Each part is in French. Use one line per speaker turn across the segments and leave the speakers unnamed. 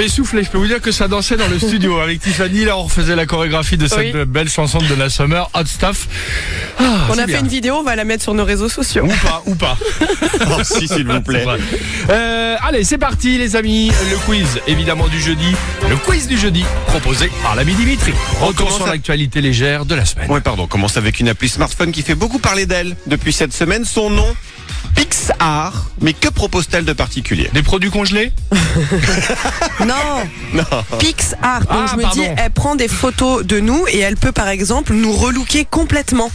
Et soufflé, je peux vous dire que ça dansait dans le studio avec Tiffany. Là, on refaisait la chorégraphie de cette
Oui.
belle chanson de la Summer, Hot Stuff. Ah,
On
c'est
a
bien.
fait une vidéo, on va la mettre sur nos réseaux sociaux.
Ou pas, ou pas.
Oh, si, s'il vous
C'est
plaît.
vrai. Euh, allez, c'est parti, les amis. Le quiz, évidemment, du jeudi. Le quiz du jeudi, proposé par l'ami Dimitri. Retour
commence
sur
à-
l'actualité légère de la semaine.
Ouais, pardon. On Commence avec une appli smartphone qui fait beaucoup parler d'elle depuis cette semaine. Son nom, Pixar. Mais que propose-t-elle de particulier
Des produits congelés
Non,
Non.
PixArt. Donc
Ah,
je me
pardon.
dis, elle prend des photos de nous et elle peut par exemple nous relooker complètement.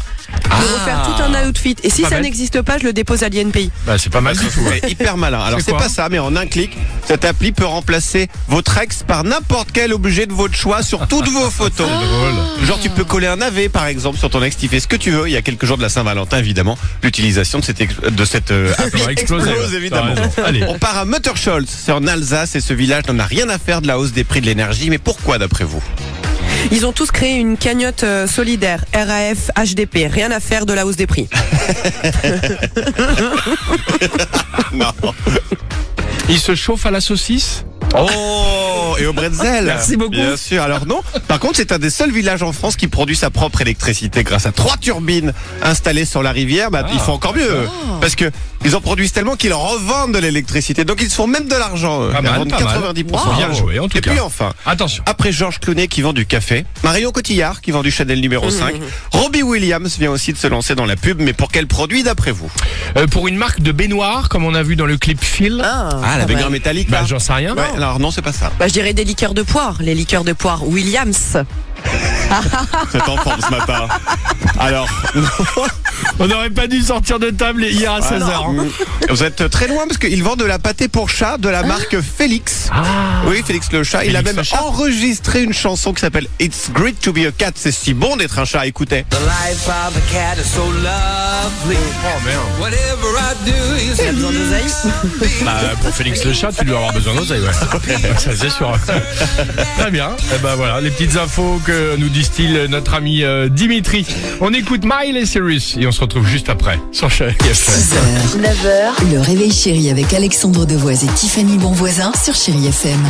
Nous refaire tout un outfit. Et si
Ah. Pas
ça
bête.
n'existe pas, je le dépose à l'INPI.
Bah, c'est pas mal du tout. ouais.
C'est hyper malin. Alors,
C'est
c'est
quoi
pas ça, mais en un clic, cette appli peut remplacer votre ex par n'importe quel objet de votre choix sur toutes vos photos.
Ah.
Genre, tu peux coller un AV, par exemple, sur ton ex, tu fais ce que tu veux. Il y a quelques jours de la Saint-Valentin, évidemment, l'utilisation de cette, ex- de cette euh, appli
Ça va exploser,
explose,
ouais.
évidemment.
T'as raison. Allez.
On part à Mutterscholz, c'est en Alsace, et ce village n'en a rien à faire de la hausse des prix de l'énergie. Mais pourquoi, d'après vous
Ils ont tous créé une cagnotte euh, solidaire, RAF, HDP. Rien à faire de la hausse des prix.
Non.
Il se chauffe à la saucisse
Oh, et au bretzel.
Merci beaucoup.
Bien sûr. Alors non. Par contre, c'est un des seuls villages en France qui produit sa propre électricité grâce à trois turbines installées sur la rivière. Bah,
Ah.
ils font encore mieux eux. parce que ils en produisent tellement qu'ils en revendent de l'électricité. Donc ils se font même de l'argent. eux.
Pas
Ils
mal,
vendent
pas mal.
90%.
Bien joué, en tout
et
cas. Ah,
puis enfin.
Attention.
Après Georges Clooney qui vend du café, Marion Cotillard qui vend du Chanel numéro
Mhm,
5, Robbie Williams vient aussi de se lancer dans la pub, mais pour quel produit d'après vous
Euh, pour une marque de baignoire, comme on a vu dans le clip Phil.
Ah, la baignoire métallique
Bah,
là.
j'en sais rien.
Ouais, alors non, c'est pas ça.
Bah, je dirais des liqueurs de poire, les liqueurs de poire Williams.
Cette enfant ce matin. Alors,
On n'aurait pas dû sortir de table hier à hein. 16h.
Mm. Vous êtes très loin parce qu'il vend de la pâtée pour chat de la marque Félix.
Ah.
Oui, Félix le chat. il a
Félix
même
le chat.
enregistré une chanson qui s'appelle It's Great to be a Cat. C'est si bon d'être un chat. Écoutez.
The life of a cat is so lovely.
Oh merde.
Whatever I do, you
T'as besoin d'oseille
Bah, pour Félix le chat, tu dois avoir besoin d'oseille, ouais. Ça, c'est sûr. Très bien. Et ben voilà, les petites infos que nous distille notre ami euh, Dimitri. On écoute Miley Cyrus et on se retrouve juste après sur Chéri FM.
6h, 9h, le réveil chéri avec Alexandre Devoise et Tiffany Bonvoisin sur Chéri FM.